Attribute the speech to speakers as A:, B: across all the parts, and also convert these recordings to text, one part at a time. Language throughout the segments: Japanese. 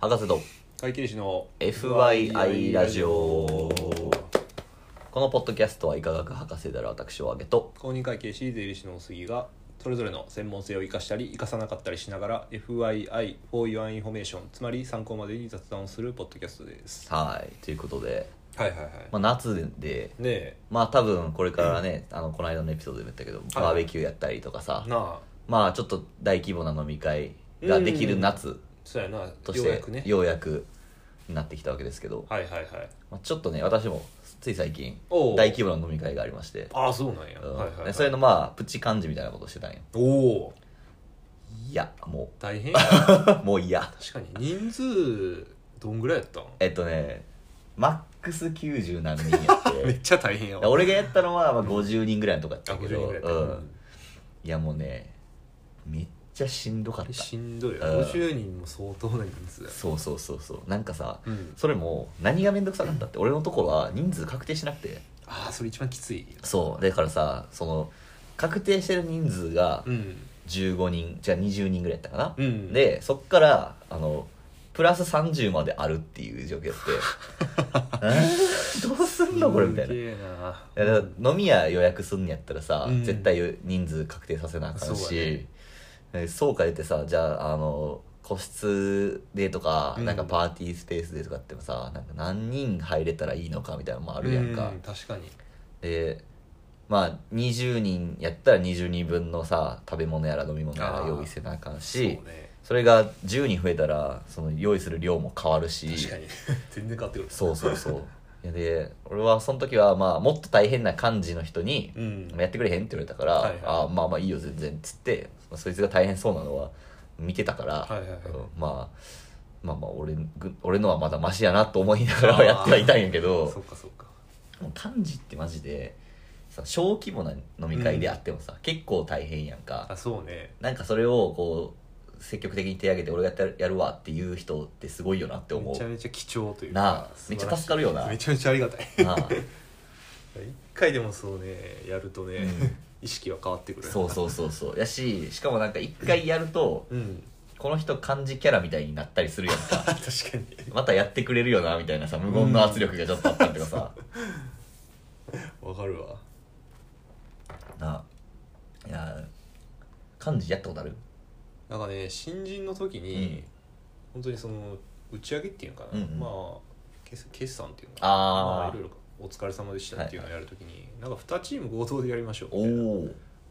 A: 博士と
B: 会計士の
A: FYI ラジオこのポッドキャストは医科学博士である私をあげと
B: 公認会計士税理士の杉がそれぞれの専門性を生かしたり生かさなかったりしながら FYI for your information つまり参考までに雑談をするポッドキャストです
A: はいということで、
B: はいはいはい
A: まあ、夏で
B: ねえ
A: まあ多分これからね、あのこの間のエピソードでも言ったけどバーベキューやったりとかさ、
B: なあ
A: まあちょっと大規模な飲み会ができる夏
B: そうやなよ
A: として
B: うやくね
A: ようやくなってきたわけですけど、
B: はいはいはい
A: まあ、ちょっとね私もつい最近
B: おう
A: 大規模な飲み会がありまして、
B: ああそうなんや、
A: うん
B: はいはい、は
A: で
B: い、
A: それのまあプチ幹事みたいなことしてたんよ
B: おおー
A: いやも
B: 大変や
A: う もういや
B: 確かに人数どんぐらいやったん
A: えっとねマックス90何人やっ
B: め
A: て
B: っちゃ大変やわ
A: 俺がやったのはまあ50人ぐらいのとこやっ
B: あ
A: た
B: 50
A: け
B: 人
A: ど、
B: ぐらいやった、
A: うん、いやもうねめっちゃしんどかっ
B: あれ
A: た
B: しんどいよ
A: うん
B: 50人も相当な人数や
A: そうそうそうそうなんかさ、
B: うん
A: それも何が面倒くさかったって俺のところは人数確定しなくて
B: ああそれ一番きつい
A: そうだからさその確定してる人数が
B: うん
A: 15人じゃあ20人ぐらいやったかな、
B: うん
A: でそっからあのプラス30まであるっていう状況って えーどうすんのこれみたいな
B: すげえない
A: やだから飲み屋予約すんのやったらさ、
B: うん
A: 絶対人数確定させなあかん
B: そうやね
A: しえそうか言ってさじゃああの個室でとか,、
B: うん
A: なんかパーティースペースでとかってもさなんか何人入れたらいいのかみたいなのもあるやんか、
B: う確かに
A: でまあ20人やったら20人分のさ食べ物やら飲み物やら用意せなあかんし
B: そうね
A: それが10人増えたらその用意する量も変わるし
B: 確かに全然変わってくる
A: そうそうそういやで俺はその時はまあもっと大変な感じの人に「
B: うん
A: やってくれへん?」って言われたから「
B: はいはい
A: あまあまあいいよ全然」っつってまあそいつが大変そうなのは見てたから、
B: はいはいはい
A: うんまあまあまあ俺ぐ俺のはまだマシやなと思いながらやってはいたんやけど
B: そっかそっか
A: もう幹事ってマジでさ小規模な飲み会であってもさ、結構大変やんか
B: あそうね
A: なんかそれをこう積極的に手挙げて俺がやってやるわっていう人ってすごいよなって思
B: め
A: う
B: ちゃめちゃ貴重という
A: なあ
B: か
A: めっちゃ助かるよな
B: めちゃめちゃありがたい
A: なあ
B: 一回でもそうねやるとね
A: うん
B: 意識は変わってくる
A: そうそうそうそうやししかもなんか一回やると
B: うん
A: この人漢字キャラみたいになったりするやん
B: あ
A: か
B: 確かに
A: またやってくれるよなみたいなさ無言の圧力がちょっとあったりとかさ、
B: わかるわ
A: なあいや漢字やったことある
B: なんかね新人の時
A: うん
B: に本当にその打ち上げっていうのかな、
A: うんうん
B: まあ決決算っていうのかな
A: あー
B: まいろいろお疲れ様でしたっていうのをやるときに、なんか2チーム合同でやりましょうみ
A: お
B: たいな
A: お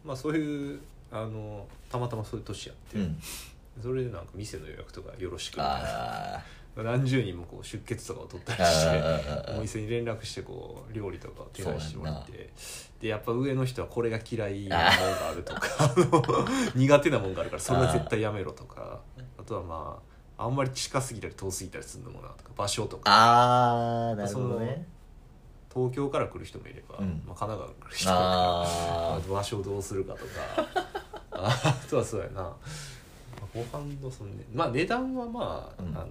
B: まあそういうあのたまたまそういう年やって、
A: うん
B: それでなんか店の予約とかよろしくみたいな
A: あ
B: 何十人もこう出血とかを取った
A: ー
B: りして
A: あー
B: お店に連絡してこう料理とかを手配してもらっ
A: そう
B: てでやっぱ上の人はこれが嫌いなものがあるとかあの苦手なもんがあるからそれは絶対やめろとかあとはまああんまり近すぎたり遠すぎたりするのもなとか場所とか
A: あーなるほどね
B: 東京から来る人もいれば、
A: うん
B: まあ、神奈川から来る人もいれば
A: あ
B: まあ場所をどうするかとかああとはそうやなまあご飯のその、ね、まあ値段はまあ、
A: うん
B: あの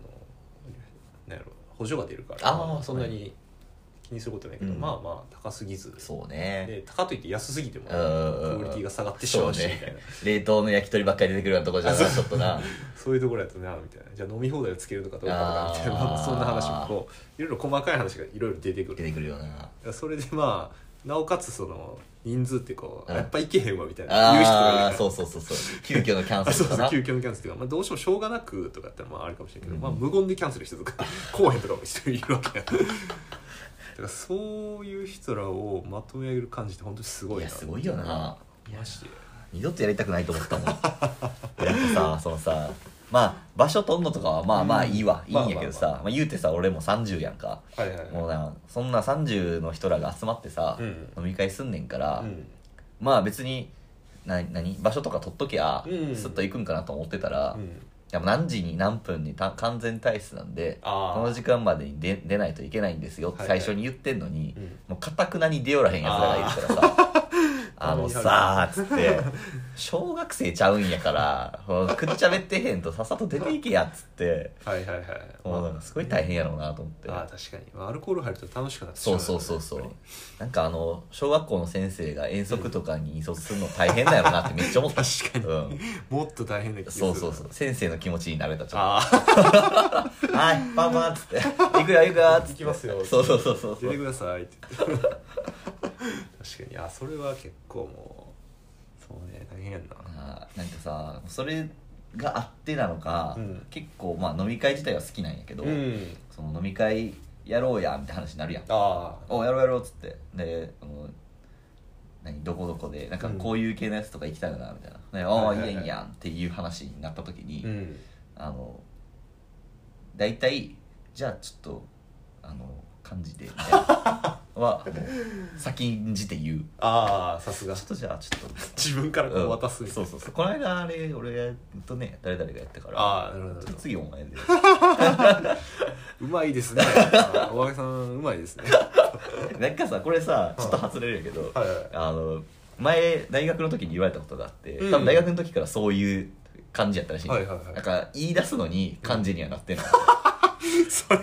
B: なんやろ補助が出るから
A: あー
B: まあそんなに気にすることないけど、
A: うん
B: まあまあ高すぎず
A: ーそうね
B: で高といって安すぎても
A: うんうんうん
B: クオリティが下がってしま
A: そう
B: うしみたいな
A: ね冷凍の焼き鳥ばっかり出てくるようなとこじゃなちょっと な
B: そういうところやとなみたいなじゃあ飲み放題をつけるとかどうかとかみたいな
A: あー
B: まあそんな話もこういろいろ細かい話がいろいろ出てく
A: 出
B: る
A: てくるよな
B: それでまあなおかつその人数ってこう、
A: うん
B: やっぱいけへんわみたいな言う人がいるか
A: あ
B: ら
A: あそうそうそうそう急遽のキャン
B: あ
A: セ
B: そ
A: ル
B: う
A: か
B: そう
A: な
B: 急遽のキャンセルっていうか、まあ、どうしてもしょうがなくとかってのもあるかもしれないけど、
A: うん
B: まあ、無言でキャンセルしてとかこうへんとかも人いるわけやだからそういう人らをまとめ上げる感じって本当にすごい
A: い
B: な
A: やすごいよな
B: マジで
A: 二度とやりたくないと思ったもんやっぱさそのさまあ場所取んのとかはまあまあいいわ、
B: うん
A: いいんやけどさ、
B: まあ
A: まあ言うてさ俺も30やんか、
B: はいはい
A: もうなそんな30の人らが集まってさ、
B: うん
A: 飲み会すんねんから、
B: うん
A: まあ別にな何場所とか取っときゃ
B: うん
A: スッと行くんかなと思ってたら、
B: うん
A: でも何時に何分にた完全退出なんでこ
B: あー
A: の時間までに出出ないといけないんですよって
B: はいは
A: 最
B: い
A: 初に言ってんのに、
B: うん
A: もうかたくなに出よらへんやつらがいるからさああのさーっつって小学生ちゃうんやからほらくっちゃべってへんとさっさと出ていけやっつって
B: はいはいはい、
A: もうなんか
B: ま
A: すごい大変やろうなと思って
B: あ、ああ確かに、まあ、アルコール入ると楽しくなってしま
A: そううそうそうそ
B: や
A: う
B: っぱ
A: なんかあの小学校の先生が遠足とかに引率するの大変だよなってめっちゃ思った
B: 確かに
A: うん、
B: りもっと大変な気がする
A: そうそうそう先生の気持ちになれたちょっと
B: ああ
A: はい、パンパンっつって、行くよ行くよっつって。
B: 行きます よ
A: そうそうそうそう。
B: 出てくださいって言って確かにあそれは結構もうそうね大変やんな
A: あーなんかさ、それがあってなのか、
B: うん
A: 結構まあ飲み会自体は好きなんやけど、
B: ん
A: その飲み会やろうやみたいな話になるやん。
B: ああ
A: おやろうやろうっつって、で、あの何どこどこでなんか
B: うん
A: こういう系のやつとか行きたいよなみたいな、ね
B: は
A: お
B: いはい
A: ー
B: はい
A: いいやんいいやんっていう話になった時に、
B: うん
A: あの大体じゃあちょっとあの感じでみたい なはもう先んじて言う
B: ああさすが
A: ちょっとじゃあちょっと
B: 自分からこう渡すみた
A: そ
B: いうな
A: そうそうこの間あれ俺とね誰々がやったから
B: ああなるほどなるほど
A: 次お前 で
B: うまい ですねあーおかげさんうまいですね
A: なんかさこれさちょっと外れるやけど、
B: はいはい
A: あの前大学の時に言われたことがあって、
B: うん
A: 多分大学の時からそういう感じやったらしい,、
B: はいはいはい
A: なんか言い出すのに感じにはな ってない、
B: それ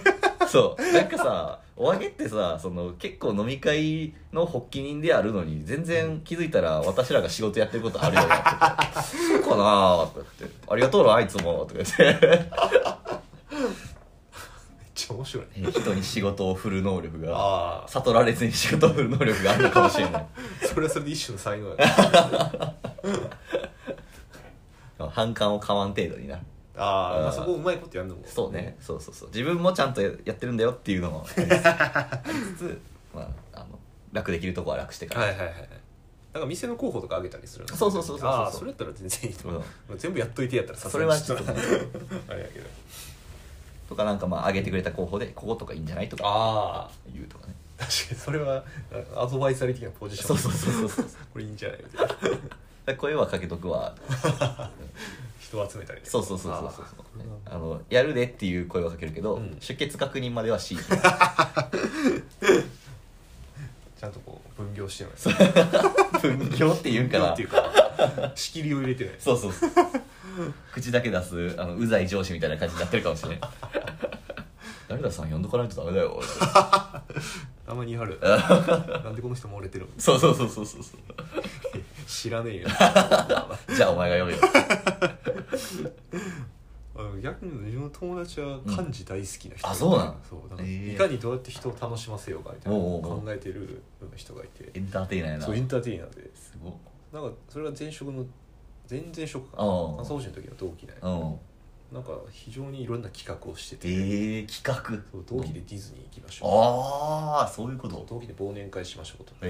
A: そうなんかさお揚げってさその結構飲み会の発起人であるのに全然気づいたら私らが仕事やってることあるよねとか「そうかな」とか言って「ありがとうなあいつも」とか言 って
B: めっちゃ面白いね
A: 人に仕事を振る能力が
B: ああ
A: 悟られずに仕事を振る能力があるのかもしれない
B: それはそれで一種の才能やね
A: 反感をかわん程度にな
B: ああま
A: あ
B: あ
A: ー
B: そこうまいことやんのも
A: そうねそうそうそう自分もちゃんとやってるんだよっていうのもありつつありつ つ、まあ、あの楽できるとこは楽してから、
B: はいはいはいなんか店の候補とかあげたりするの
A: そうそうそうそうそう
B: ああそれやったら全然いいと思う、全部やっといてやったらさす
A: そ
B: が
A: れ
B: に
A: はちょっと
B: あれやけど
A: とかなんかまあ上げてくれた候補でこことかいいんじゃないとか
B: ああ
A: 言うとかね
B: 確かにそれはアドバイザリー的なポジション
A: そうそうそうそうそう
B: これいいんじゃないみたいな
A: で声はかけとくわ
B: 人を集めたりね
A: そうそうそうそう
B: あ
A: そうそう
B: ー
A: あのやるでっていう声はかけるけど、
B: うん
A: 出欠確認までは C
B: ちゃんとこう分業してない
A: 分業っていうんか
B: 分業っ
A: な
B: ていうか仕切りを入れてない
A: そうそうそう口だけ出すあのうざい上司みたいな感じになってるかもしれない 誰ださん呼んどかないとダメだよ
B: たまにあるなんでこの人漏れてるの
A: そうそうそうそうそうそ
B: 知らねえよ
A: うじゃあお前が呼べよ
B: あの逆に自分の友達は漢字大好きな人、
A: うんあそうなの
B: そうだから
A: えー
B: いかにどうやって人を楽しませようかみたいなのを
A: おうおうお
B: 考
A: う
B: えてるような人がいて
A: エンターテイナーやな
B: そうエンターテイナーです
A: ごっ
B: なんかそれは前職の前々職かな
A: うん
B: 朝の時の同期で
A: うん
B: なんか非常にいろんな企画をしてて、
A: ええー、企
B: そう
A: 画
B: 同期でディズニー行きましょ
A: ああそういうこ
B: うそう
A: と
B: 同期で忘年会しましょうと
A: ええ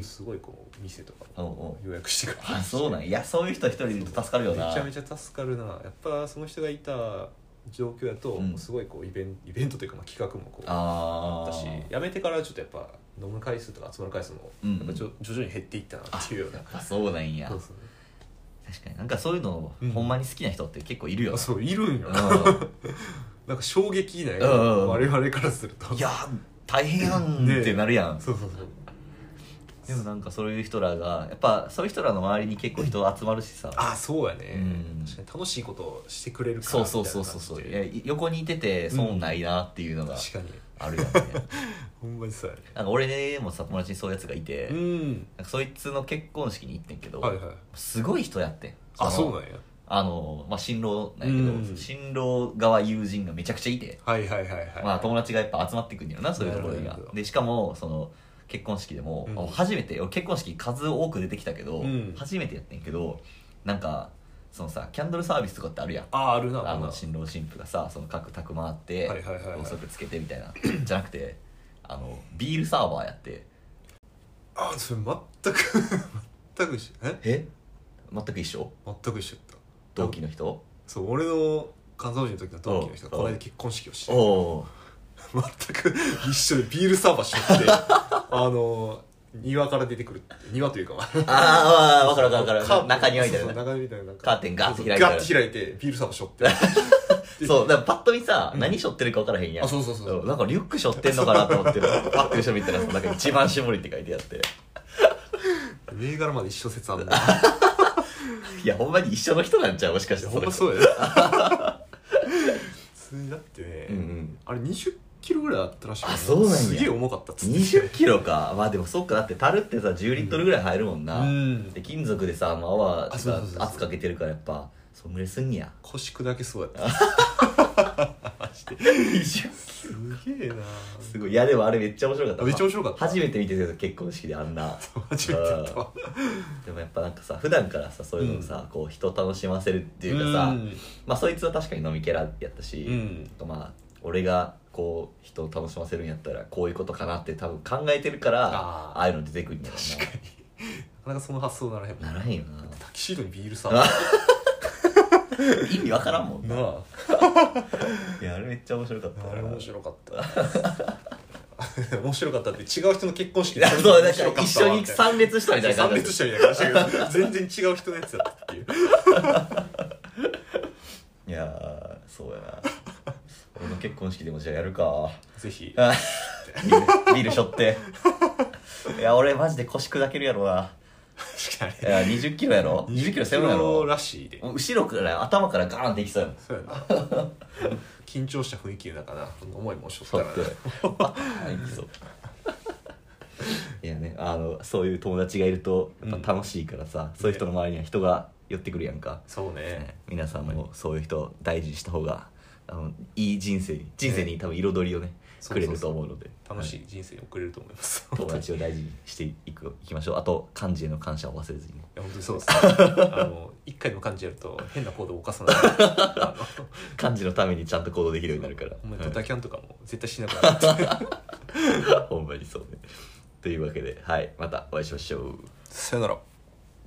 A: ー、
B: すごいこう店とか
A: おうおう
B: 予約してくれ
A: あそうなんいやそういう人一人いると助かるよな
B: めちゃめ
A: ち
B: ちゃ助かるなやっぱその人がいた状況やと、
A: うん
B: すごいこうイベンイベントというか、まあ、企画もこう
A: あ
B: あ
A: あ
B: ったしやめてからちょっとやっぱ飲む回数とか集まる回数も
A: うん
B: やっぱちょ徐々に減っていったなっていうような
A: あそうなんや
B: そうそう
A: 確かになんかそういうの、
B: うん
A: ほんまに好きな人って結構いるよ
B: あ
A: な
B: そういるんよ
A: う
B: なんか衝撃ない、
A: うんうんうん
B: 我々からする と
A: んいやー大変やんってなるやん、
B: そうそうそう
A: でもなんかそういう人らがやっぱそういう人らの周りに結構人集まるしさ
B: あそうやね、
A: うん
B: 確かに楽しいことをしてくれるから
A: そう
B: みたい
A: そう
B: な
A: そうそうそう
B: 感
A: い
B: じ
A: や
B: で
A: 横にいてて損ないなっていうのが
B: 確かに
A: あ るよね、
B: ほんまにそうやね
A: なんか俺もさ友達にそういうやつがいて、
B: うん
A: なんかそいつの結婚式に行ってんけど、
B: はいはい
A: すごい人やってん
B: あ
A: そ
B: そ
A: の
B: うなんや
A: あの、まあ、新郎なんやけど、
B: うん
A: 新郎側友人がめちゃくちゃいて、
B: はいはいはいはい、
A: まあ、友達がやっぱ集まってくんやろなそういうところ
B: なる
A: が
B: ほど
A: でしかもその結婚式でも、
B: うん
A: 初めて俺結婚式数多く出てきたけど、
B: うん
A: 初めてやってんけどなんかそのさキャンドルサービスとかってあるやん
B: ああるな
A: あ
B: こん
A: の
B: なん
A: 新郎新婦がさその各宅回って
B: はいはいはいはい
A: ろうそくつけてみたいな じゃなくてあのビールサーバーやって
B: あそれ全く 全く一緒え
A: え全く一緒
B: 全く一緒やった
A: 同期の人
B: そう俺の関東人の時の同期の人が
A: おう
B: この間結婚式をして
A: おお
B: 全く一緒でビールサーバーしょって あの庭から出てくる庭というかまあ
A: ーああ分かる分かる分か
B: カー
A: る中庭みたい
B: そう
A: な
B: そう中庭みたいななんか
A: カーテンガーッて開いて
B: ガッて開いてビールサーバーしょって
A: そう、だからパッと見さ、何背負ってるか分からへんやん。
B: あそうそうそうん
A: なんかリュック背負ってんのかなと思って、パッて後ろ見たらさ、なんか一番絞りって書いてあって。
B: 銘柄まで一緒説あんな
A: いやほんまに一緒の人なんちゃうもしかして
B: ほんま
A: う
B: そうや な普通にだってね、
A: うんうん
B: あれ2 0キロぐらいあったらしい
A: あそうなんや
B: すげえ重かったっつって
A: 20キロかまあでもそっかだって樽ってさ10リットルぐらい入るもんな、
B: うん
A: で金属でさ、まあ、泡
B: あそうそうそうそう
A: が圧かけてるからやっぱそんぐらいすん ねや
B: 腰砕けそうやった
A: 20
B: すげえな
A: すごいいやでもあれめっちゃ面白かった
B: めっちゃ面白かった
A: 初めて見てた結婚式であんな
B: 初めてやったわ
A: でもやっぱなんかさ普段からさそういうのさ、こう人を楽しませるっていうかさ、
B: うん
A: まあそいつは確かに飲みキャラやったし、
B: うん
A: まあ俺がこう人を楽しませるんやったらこういうことかなって多分考えてるから
B: あ
A: あ
B: ー
A: あいうの出てくるんだろ
B: 確かになかなかその発想ならへんもん
A: うなならへんよな
B: タキシードにビールさ
A: あ意味わからんもん
B: なあ
A: いやあれめっちゃ面白かったな
B: あれ面白かった 面白かったって違う人の結婚式
A: いや そうだか
B: 面白
A: ら
B: っ
A: 一
B: たわ
A: 緒に参列したみたいな
B: 参
A: 感じ
B: 列したみたいな感じだけど全然違う人のやつやったっていう
A: いやーそうやな俺の結婚式でもじゃあやるか
B: ぜひ
A: あビールビールしょっていや俺マジで腰砕けるやろな
B: 確かに
A: いや2 0キロやろ2 0キロ背負うや
B: 20キロ
A: ろ
B: らしいで
A: 後ろから頭からガーンっていきそうやもん
B: そうやな緊張した雰囲気の中な思いもしょった
A: そう
B: ら
A: やっ
B: な
A: てバーンいきそういやねあのそういう友達がいるとやっぱ楽しいからさ、そういう人の周りには人が寄ってくるやんか、
B: そうね
A: 皆さんもそういう人を大事にした方があのいい人生に人生に多分彩りをね
B: そう
A: くれ
B: そう
A: る
B: そ
A: と
B: う
A: 思うので
B: 楽し
A: はい
B: 人生を送れると思います
A: い友達を大事にしていくいきましょうあと漢字への感謝を忘れず にね
B: いや本当にそうです、ね、あの一回の感じやると変な行動を犯さないあの
A: 漢字のためにちゃんと行動できるようになるから
B: お前
A: はい
B: ドタキャンとかも絶対しなくなった
A: ほんまにそうねというわけではいまたお会いしましょう
B: さよなら